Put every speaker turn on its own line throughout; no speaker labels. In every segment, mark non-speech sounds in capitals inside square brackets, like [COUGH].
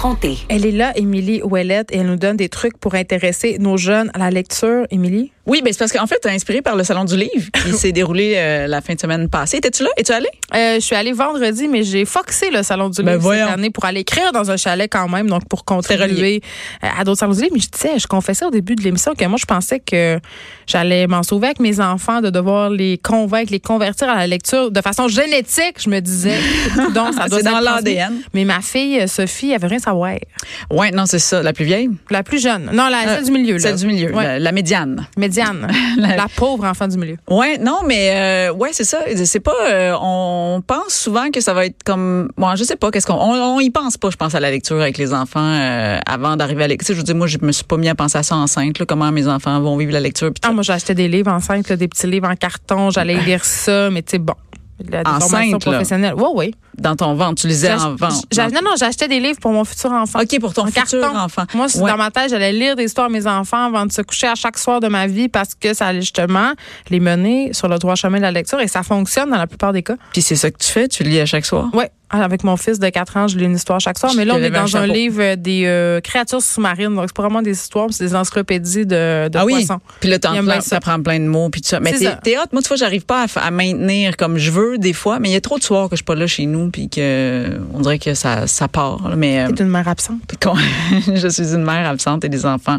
effronté.
Elle est là, Émilie Ouellette, et elle nous donne des trucs pour intéresser nos jeunes à la lecture. Émilie?
Oui, ben c'est parce qu'en fait, t'es inspiré par le Salon du Livre [LAUGHS] qui s'est déroulé euh, la fin de semaine passée. Étais-tu là? Es-tu allé?
Euh, je suis allée vendredi, mais j'ai foxé le Salon du
Ben
Livre
voyons.
cette année pour aller écrire dans un chalet quand même, donc pour contribuer
relié.
euh, à d'autres salons du livre. Mais je disais, je confessais au début de l'émission que moi, je pensais que j'allais m'en sauver avec mes enfants, de devoir les convaincre, les convertir à la lecture de façon génétique. Je me [LAUGHS] disais, donc ça doit
Ah, C'est
être
dans
transmis.
l'ADN.
Mais ma fille, euh, Sophie, elle veut rien savoir.
Ouais, non, c'est ça, la plus vieille.
La plus jeune. Non, la, Euh, celle du milieu. là.
Celle du milieu,
Ouais.
la, la médiane.
Médiane. [LAUGHS] la... pauvre enfant du milieu.
Ouais, non, mais euh, ouais, c'est ça. C'est pas. euh, on pense souvent que ça va être comme. Bon, je sais pas. Qu'est-ce qu'on. On, on y pense pas. Je pense à la lecture avec les enfants euh, avant d'arriver à l'école. Je veux dire, moi, je me suis pas mis à penser à ça enceinte. Là, comment mes enfants vont vivre la lecture. puis tout
Ah, moi, j'achetais des livres enceintes, là, des petits livres en carton. J'allais lire ça, mais tu sais, bon. La
Enceinte,
formation
là.
professionnelle. Oui, oui.
ça. Dans ton ventre, tu lisais en ventre.
J'ach- Non, non, j'achetais des livres pour mon futur enfant.
Ok, pour ton
En
futur
carton.
enfant.
Moi, c'est
Ouais.
dans ma tête, j'allais lire des histoires à mes enfants avant de se coucher à chaque soir de ma vie parce que ça allait justement les mener sur le droit chemin de la lecture et ça fonctionne dans la plupart des cas.
Puis c'est ça que tu fais. Tu lis à chaque soir.
Oui. Avec mon fils de 4 ans, je lis une histoire chaque soir.
Je
Mais là,
te
on est
lève
dans
un
un,
chapeau.
livre euh, des euh, créatures sous-marines. Donc, c'est pas vraiment des histoires, mais c'est des encyclopédies de, de
ah oui.
poissons.
Puis là, t'en
Il aime bien
plein,
ça.
ça prend plein de mots puis tout ça. Mais
C'est
t'es
ça.
t'es hot. Moi, tu vois, j'arrive pas à, f- à maintenir comme je veux des fois. Mais il y a trop de soirs que je suis pas là chez nous puis que on dirait que ça ça part. là, Mais euh,
C'est une mère absente.
Qu'on- [LAUGHS] je suis une mère absente et
[LAUGHS]
des enfants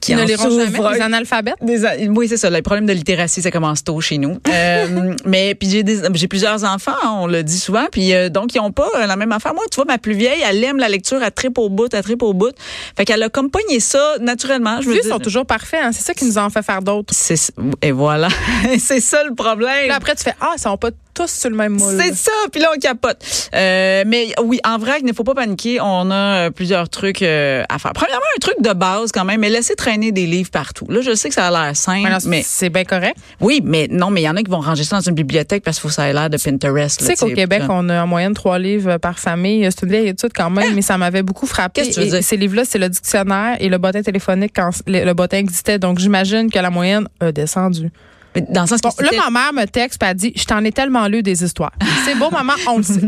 qui
Ils ne
en
liront jamais,
souffrent.
les analphabètes.
Des a- oui, c'est ça. Les problèmes de littératie, ça commence tôt chez nous. Euh, [LAUGHS] mais puis j'ai des- j'ai plusieurs enfants, hein, on le dit souvent, puis euh, donc ils ont pas euh, la même affaire. Moi, tu vois, ma plus vieille, elle aime la lecture à trip au bout, à trip au bout. Fait qu'elle a comme pogné ça naturellement. Je veux
Les
dire.
sont toujours parfaits. hein. C'est ça qui nous en fait faire d'autres.
C'est- et voilà, [LAUGHS] c'est ça le problème.
Là, après, tu fais Ah, ils sont pas tous sur le même moule.
C'est ça, puis là on capote. Euh, mais oui, en vrac, il ne faut pas paniquer. On a euh, plusieurs trucs euh, à faire. Premièrement, un truc de base quand même, mais laisser traîner des livres partout. Là, je sais que ça a l'air simple,
Mais
mais,
non, C'est bien correct.
oui, mais non, mais il y en a qui vont ranger ça dans une bibliothèque parce qu'il faut que ça ait l'air de Pinterest.
Tu sais qu'au Québec, on a en moyenne trois livres euh, par famille. C'est une vieille étude quand même, mais ça m'avait beaucoup frappé.
Qu'est-ce que tu veux dire?
Ces livres-là, c'est le dictionnaire et le bottin téléphonique quand le le bottin existait. Donc, j'imagine que la moyenne a descendu.
Mais Dans le sens que
Bon, là, ma
c'était-
mère me texte et elle dit Je t'en ai tellement lu des [LAUGHS] histoires. c'est beau, maman, on le sait.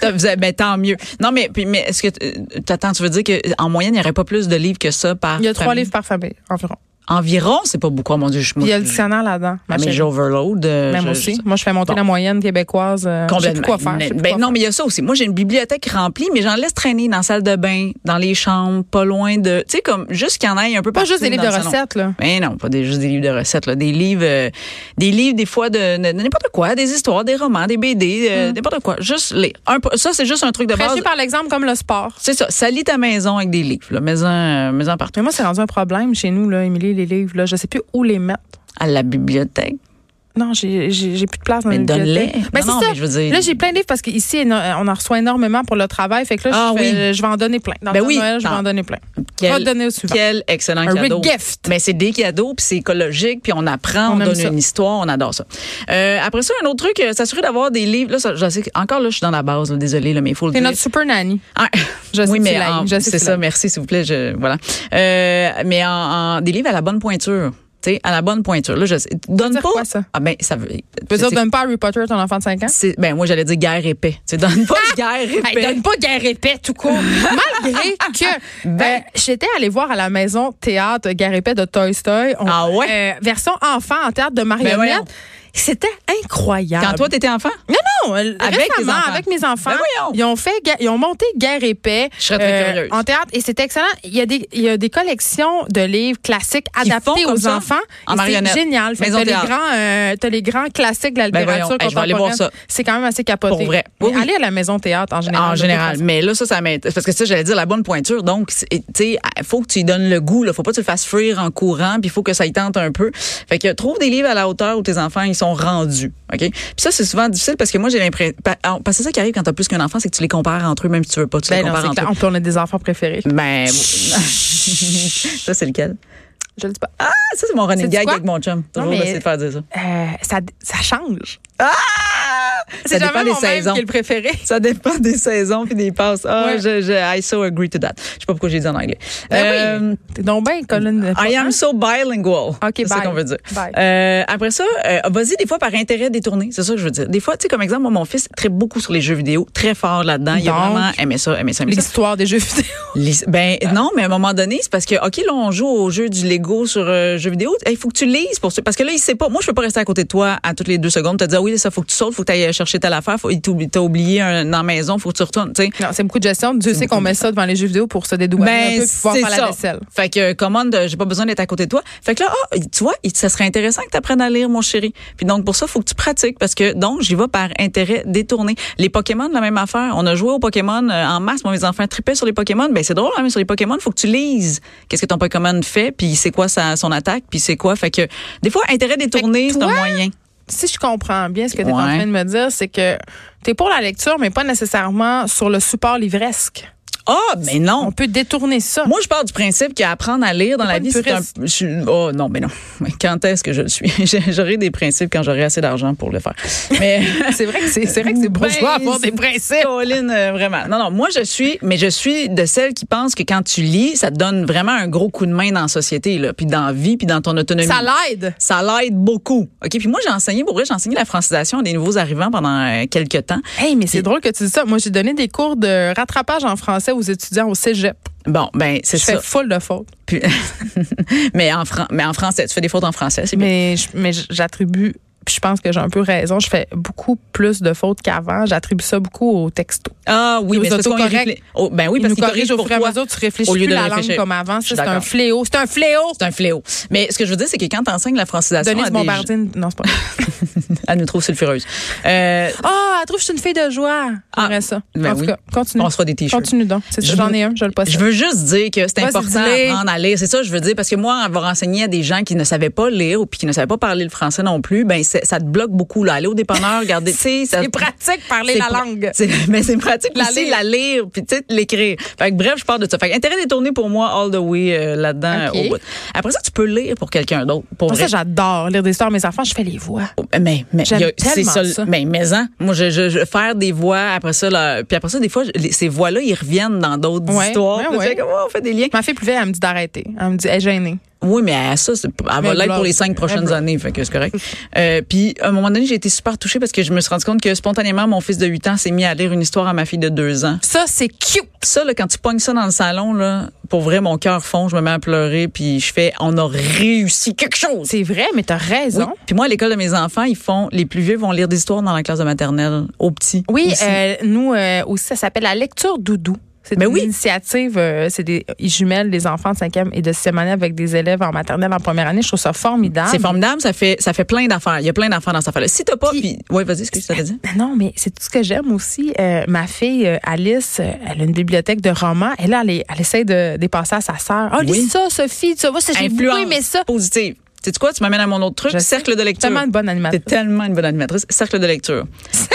T'as- [LAUGHS] vous avez- ben, tant mieux. Non, mais puis mais est-ce que t- euh, t'attends, tu veux dire qu'en moyenne, il n'y aurait pas plus de livres que ça par
Il y a trois
famille?
livres par famille, environ.
Environ, c'est pas beaucoup, oh, mon Dieu. Je,
Puis il y a le
je-
dictionnaire là-dedans. ma
Ah, mais
chérie.
j'overload. euh,
Même
je-
aussi.
je-
Moi, je fais monter
Bon.
la moyenne québécoise. euh, je sais plus
Complètement.
quoi faire. je sais plus
Ben
quoi
non, mais il y a ça aussi. Moi, j'ai une bibliothèque remplie, mais j'en laisse traîner dans la salle de bain, dans les chambres, pas loin de. Tu sais, comme juste qu'il y en ait un peu
Pas
partout
juste des livres
dans
de
le salon.
recettes, là.
Mais non, pas des, juste des livres de recettes, là. des livres, euh, des livres des fois de, de- de n'importe quoi, des histoires, des romans, des BD, euh,
Mm.
n'importe quoi. Juste les. Un, ça, c'est juste un truc de base.
Prêcher par l'exemple comme le sport.
C'est ça, salis ta maison avec des livres, là, maison, euh, maison partout.
Mais moi, c'est rendu un problème chez nous, là, Émilie, les livres. Là. Je sais plus où les mettre.
À la bibliothèque.
Non, j'ai j'ai- j'ai plus de place dans
Mais
les
donne-les.
bibliothèques. Ben,
Non, non,
c'est ça.
mais je veux dire-
Là, j'ai plein de livres parce qu'ici, éno- on en reçoit énormément pour le travail. Fait que là,
Ah
je, fais-
oui.
je vais en donner plein. Dans
Ben
le temps de
oui.
Noël, je vais
Ah.
en donner plein.
Quel-
Va te donner au suivant.
Quel excellent
Un
cadeau.
big gift.
Mais c'est des cadeaux, puis c'est écologique, puis on apprend,
On
on,
aime
donne
ça.
une histoire, on adore ça. Euh, après ça, un autre truc, euh, s'assurer d'avoir des livres. Là, ça, je sais que- encore là, je suis dans la base, là, désolée, là, mais il faut le
T'es
dire.
notre super nanny.
Ah,
[LAUGHS] Je sais
oui,
que tu
mais
l'aimes,
en-
je sais que tu
c'est ça,
l'aimes.
merci, s'il vous plaît. Je, voilà. Euh, mais en, en- des livres à la bonne pointure. Tu sais, à la bonne pointure. Là, je sais. Donne
dire
pas.
quoi, ça?
Ah, ben, ça veut.
Tu veux dire,
c'est-
donne pas Harry Potter à ton enfant de 5 ans?
c'est- ben, moi, j'allais dire guerre épais. Tu sais, donne
[LAUGHS]
pas de guerre
Hey,
épais.
Ben, donne pas guerre épais tout
[LAUGHS]
court. Malgré que euh,
Ben.
j'étais allée voir à la maison théâtre guerre épais de Toy Story. On-
Ah ouais? Ben
euh, version enfant en théâtre de
voyons.
marionnettes. C'était incroyable.
Quand toi, t'étais enfant?
Non, non, euh,
Avec tes
récemment,
enfants.
avec mes enfants.
Ben voyons.
ils ont fait, ga- ils ont monté Guerre et Paix
Je serais très curieuse.
en théâtre et c'était excellent. Il y, a des, il y a des collections de livres classiques
Qui
adaptés
font comme
aux
ça,
enfants.
en
et
marionnette.
c'est génial. Fait que
Maison
T'as les,
théâtre.
grands, euh, t'as les grands classiques de la
Ben
littérature
voyons. Hey, je vais aller
contemporaine.
voir ça.
C'est quand même assez capoté.
Pour vrai.
Mais
Oui, oui.
Aller à la maison théâtre en général.
En
de
général.
toute façon.
Mais là, ça, ça m'intéresse. Parce que ça, j'allais dire la bonne pointure. Donc, c'est- tu sais, faut que tu y donnes le goût. Là. Faut pas que tu le fasses fuir en courant. Puis, il faut que ça y tente un peu. Fait que trouve des livres à la hauteur où tes enfants, ils sont rendus. OK? Puis ça, c'est souvent difficile parce que moi, j'ai l'impression. pa- alors, Parce que c'est ça qui arrive quand t'as plus qu'un enfant, c'est que tu les compares entre eux, même si tu veux pas. Tu les
Ben non,
compares
c'est
entre
clair. On peut- on a des enfants préférés.
eux. Ben. ça, c'est lequel?
Je le dis pas.
Ah, ça, c'est mon running
Sais-tu
gag
quoi?
avec mon chum. Toujours
mais-
essayer de faire dire ça.
Euh, ça, ça change.
Ah! ça dépend
jamais
des
mon même
saisons.
qui est le préféré.
Ça dépend des saisons puis des passes. Ah,
Ouais.
je, je, I so agree to that. Je sais pas pourquoi j'ai dit en anglais. Euh,
Ben oui. T'es donc bien, Colin.
I am so bilingual.
Ok,
c'est ça
bye.
qu'on veut dire.
Bye.
Euh, après ça, euh, vas-y des fois par intérêt détourné, c'est ça que je veux dire. Des fois, tu sais comme exemple, moi, mon fils tripe beaucoup sur les jeux vidéo, très fort là-dedans. Il a
Donc,
vraiment aimé ça, aimé ça, aimé ça.
L'histoire des jeux vidéo.
Les- Ben non, mais à un moment donné, c'est parce que ok, là on joue au jeu du Lego sur euh, jeux vidéo. Il faut que tu lises pour ça, parce que là il sait pas. Moi, je peux pas rester à côté de toi à toutes les deux secondes te dire oui, ça faut que tu sautes, faut que tu ailles chercher telle affaire, faut, il t'oublie- t'as oublié un dans la maison, faut que tu retournes. Tu sais,
[LAUGHS] Non, c'est beaucoup de Ben, gestion. Dieu sait qu'on met ça devant les jeux vidéo pour se dédouaner un peu et pouvoir faire la vaisselle.
Ben, Fait que euh, commande, euh, j'ai pas besoin d'être à côté de toi. Fait que là, ah, tu vois, il- ça serait intéressant que tu apprennes à lire, mon chéri. Puis donc pour ça, faut que tu pratiques parce que donc j'y vais par intérêt détourné. Les Pokémon, la même affaire. On a joué aux Pokémon euh, en masse. Moi, mes enfants tripaient sur les Pokémon. Ben c'est drôle, hein, mais sur les Pokémon, faut que tu lises. Qu'est-ce que ton Pokémon fait Puis c'est quoi sa, son attaque Puis c'est quoi Fait que des fois, intérêt détourné, c'est un
toi,
moyen.
Si je comprends bien ce que tu es en
Ouais.
train de me dire, c'est que tu es pour la lecture, mais pas nécessairement sur le support livresque.
Ah, mais non.
On peut détourner ça.
Moi, je pars du principe qu'apprendre à lire dans
T'es
la
pas
vie,
une
c'est un.
puriste.
je suis- oh non, mais non. Mais Quand est-ce que je le suis [LAUGHS] J'ai- J'aurai des principes quand j'aurai assez d'argent pour le faire. Mais
[LAUGHS]
[LAUGHS]
c'est vrai que c'est c'est [LAUGHS] vrai que c'est bourgeois
Ben,
avoir des
c'est-
principes.
Colin, euh, vraiment. Non, non. Moi, je suis, mais je suis de celles qui pensent que quand tu lis, ça te donne vraiment un gros coup de main dans la société, là, puis dans la vie, puis dans ton autonomie.
Ça l'aide.
Ça l'aide beaucoup. OK? Puis moi, j'ai enseigné, pour vrai, j'ai enseigné la francisation à des nouveaux arrivants pendant euh, quelques temps.
Hey, mais c'est drôle que tu dis ça. Moi, j'ai donné des cours de rattrapage en français aux étudiants au cégep.
Bon, ben, c'est
Je
ça.
fais full de fautes.
Puis- [LAUGHS] mais, en fran- mais en français, tu fais des fautes en français, c'est bien.
Mais, je- mais j'attribue, puis je pense que j'ai un peu raison, je fais beaucoup plus de fautes qu'avant. J'attribue ça beaucoup au texto.
Ah
Ils
oui, mais
nous
c'est parce qu'on
autocorrect.
réfléchit- oh, ben oui,
Ils
parce
nous
qu'ils
corrigent
corrigent
au
pour
fur et à
toi.
mesure, tu réfléchis
au lieu
plus
de
la langue
réfléchir.
comme avant.
Je
Ça,
suis
c'est un
d'accord.
fléau. C'est un fléau!
C'est un fléau. Mais ce que je veux dire, c'est que quand t'enseignes la francisation
Denise
à des gens-
Bombardine. Non, c'est pas.
elle nous trouve sulfureuse. Euh,
Ah, elle trouve que je suis une fille de joie.
Ah,
J'aimerais ça.
ben
en tout
oui.
cas, continue.
on se fera des t-shirts.
Continue donc. C'est ça,
Je
J'en
veux-
ai un, je le possède.
Je veux juste dire que c'est
Vas-y,
important
dis-le.
d'apprendre à lire. C'est ça, que je veux dire, parce que moi, avoir enseigné à des gens qui ne savaient pas lire ou puis qui ne savaient pas parler le français non plus, ben c'est- ça te bloque beaucoup. Là. Aller au
[LAUGHS]
dépanneur, regarder, tu sais, ça-
C'est pratique parler
c'est
la
pra-
langue.
c'est- [LAUGHS] Mais c'est pratique
La
la aussi
lire.
la lire puis tu sais, l'écrire. Fait que bref, je parle de ça. Fait que intérêt détourné pour moi all the way euh, là-dedans
Ok.
euh, au bout. Après ça, tu peux lire pour quelqu'un d'autre. Pour
Pour
vrai.
ça, j'adore lire des histoires à mes enfants. Je fais les voix.
Mais, mais,
J'aime
il y a- c'est
tellement
ça.
ça.
Mais, mais, hein, moi, je, je, je- faire des voix, après ça, là, puis après ça, des fois, je- les- ces voix-là, ils reviennent dans d'autres
Ouais,
histoires.
ouais,
Puis
ouais.
tu fais comme, oh, on fait des liens.
Ma fille plus vieille, elle me dit d'arrêter. Elle me dit, elle est gênée.
Oui, mais à ça, c'est- elle va
Mais
l'être pour
blog.
les cinq
Mais
prochaines
blog.
années, fait que
[LAUGHS]
c'est correct. Euh, puis, à un moment donné, j'ai été super touchée parce que je me suis rendu compte que spontanément, mon fils de 8 ans s'est mis à lire une histoire à ma fille de 2 ans.
Ça, c'est cute.
Ça, là, quand tu pognes ça dans le salon, là, pour vrai, mon cœur fond, je me mets à pleurer, puis je fais, on a réussi quelque chose.
C'est vrai, mais t'as
Oui.
raison.
Puis moi, à l'école de mes enfants, ils font, les plus vieux vont lire des histoires dans la classe de maternelle, aux petits.
Oui,
aussi.
euh, nous euh, aussi, ça s'appelle la lecture doudou. C'est
Ben
une
oui.
initiative, euh, c'est des ils jumellent les enfants de cinquième et de sixième année avec des élèves en maternelle en première année. Je trouve ça formidable.
C'est formidable, ça fait, ça fait plein d'affaires. Il y a plein d'affaires dans cette affaire-là. Si t'as pas,
Puis- Ah,
puis, ouais, vas-y, ce que tu t'avais dit.
Non, mais c'est tout ce que j'aime aussi. Euh, ma fille, euh, Alice, euh, elle a une bibliothèque de romans. Et là, elle, est- elle essaie de dépasser à sa sœur. Ah,
Oui.
lis ça, Sophie, tu vois, ça, j'ai beaucoup aimé ça.
positive. Sais-tu quoi? Tu m'amènes à mon autre truc,
Je sais.
cercle de lecture.
Tellement une bonne
T'es
animatrice.
tellement une bonne animatrice. Cercle de lecture.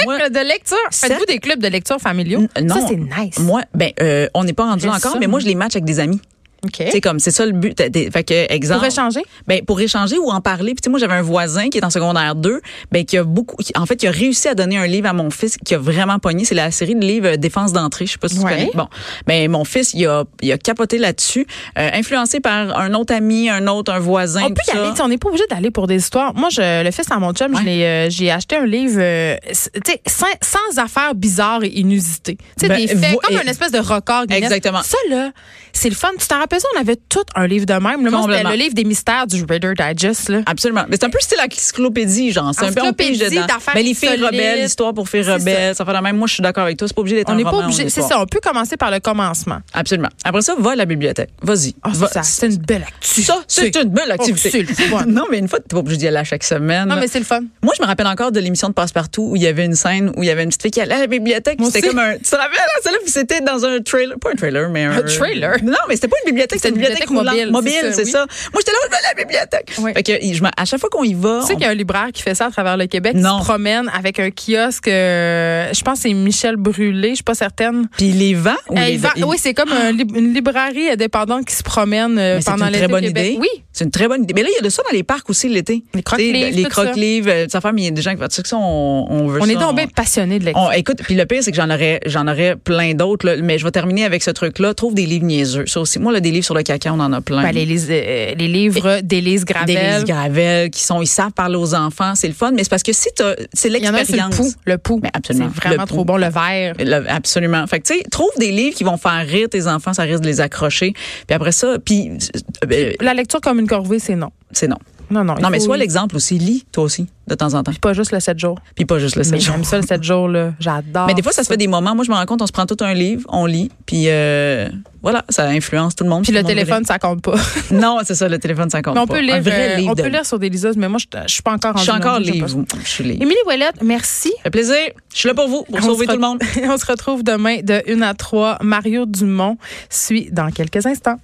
Moi-
Cercle de lecture. Faites-vous
Cercle-
des clubs de lecture familiaux?
N- non.
Ça, c'est nice.
Moi, ben, euh, on n'est pas rendu
J'aime
là encore,
ça,
mais
moi.
moi, je les match avec des amis.
OK.
C'est comme, c'est ça le but. T'as des- Fait que, exemple.
Eh? Pour échanger?
ben, pour échanger ou en parler. Puis tu sais, moi j'avais un voisin qui est en secondaire 2, ben qui a beaucoup qui- en fait qui a réussi à donner un livre à mon fils qui a vraiment pogné, c'est la série de livres euh, Défense d'entrée, je sais pas si
Ouais.
tu connais. Bon, ben mon fils il a il a capoté là-dessus, euh, influencé par un autre ami, un autre un voisin
Ah, On peut y
tout ça.
aller, tu sais, on n'est pas obligé d'aller pour des histoires. Moi, je, le fils à mon chum, je
Ouais.
l'ai, euh, j'ai acheté un livre euh, c- tu sais, sans, sans affaires bizarres et inusitées. Tu sais,
Ben,
des faits,
vo-
comme
et-
une espèce de record. Guinette.
Exactement.
Ça, là, c'est le fun. Tu t'en rappelles ça, on avait tout un livre de même. Le moi, c'était
Complètement. Ah,
le livre des mystères du Reader Digest. Là.
Absolument. Mais c'est un peu style encyclopédie, genre. C'est un peu on pige
Encyclopédie
dedans.
d'affaires
Ben, les filles
insolites.
rebelles, l'histoire pour filles
C'est
rebelles, ça. fait la même. Moi, je suis d'accord avec toi. C'est pas obligé d'être
On
un
n'est pas
roman ou une
obligé. C'est
histoire.
ça, on peut commencer par le commencement.
Absolument. Après ça, va à la bibliothèque. Vas-y.
Ah,
Va-
ça, c'est une belle actu.
Bah, Ça, c'est une belle activité.
Oh, c'est le fun.
[LAUGHS] non, mais une fois, t'es pas obligé d'y aller à chaque semaine.
Non, mais c'est le fun.
Moi, je me rappelle encore de l'émission de Passe-Partout où il y avait une scène où il y avait une petite fille qui allait à la bibliothèque. puis
Moi
C'était
aussi.
hein, comme un. Tu te rappelles, là, celle-là, puis c'était dans un trailer. Pas un trailer, mais un.
Un trailer?
Non, mais c'était pas une bibliothèque, c'est une bibliothèque mobile. Mobile, c'est ça. Moi, j'étais là, je vais à la bibliothèque.
Oui.
Fait que je me- à chaque fois qu'on y va,
Tu sais
on-
qu'il y a un libraire qui fait ça à travers le Québec, qui
Non.
se promène avec un kiosque, euh, je pense que c'est Michel Brûlé, je suis pas certaine.
puis les vents. ou
Euh,
les-
il va-
il-
oui, c'est comme un lib- une librairie indépendante qui se promène euh,
Mais c'est
pendant
une
l'été
très
au
bonne
Québec.
idée.
Oui,
C'est une très bonne idée. Mais là, il y a de ça dans les parcs aussi l'été.
Les
Tu sais,
croque-livres,
Les
tout ça.
croque-livres, euh, ça fait, mais il y a des gens qui vont dire que ça, on, on veut
on
ça,
est donc bien passionnés de lecture.
On- écoute, puis le pire, c'est que j'en aurais, j'en aurais plein d'autres, là, mais je vais terminer avec ce truc-là. Trouve des livres niaiseux. Ça aussi. Moi, là, des livres sur le caca, on en a plein.
Ben, les, lis- euh, les livres d'Élise
des
Gravel.
livres Gravel qui sont, ils savent parler aux enfants, c'est le fun, mais c'est parce que si t'as, c'est
Il y en a un
l'expérience.
sur le pouls. Le pouls.
Mais absolument.
C'est vraiment
Le
trop
Pou.
bon, le verre.
Le- absolument. Fait que tu sais, trouve des livres qui vont faire rire tes enfants, ça risque de les accrocher. Puis après ça, puis euh, euh,
La lecture comme une corvée, c'est non.
c'est non.
Non, non. il
Non, mais
faut-
sois l'exemple aussi, lis toi aussi de temps en temps.
Pas juste le 7 jours.
Puis pas juste le
Mais
sept jours.
j'aime ça, le 7 jours, là. J'adore.
Mais des fois, ça se fait des moments. Moi, je me rends compte, on se prend tout un livre, on lit, puis euh, voilà, ça influence tout le monde.
Puis
Tout
le
monde
téléphone, ça compte pas.
rit. Non, c'est ça, le téléphone, ça compte
Mais on
pas.
peut
Un
lire,
vrai
euh,
livre
on
de-
peut lire sur des liseuses, mais moi, je, je suis pas encore en
Je suis encore livre. Je suis livre.
Émilie Ouellette, merci.
Ça fait plaisir. Je suis là pour vous, pour
[LAUGHS] On
sauver
se re-
tout le monde.
on se retrouve demain de 1 à 3. Mario Dumont suit dans quelques instants.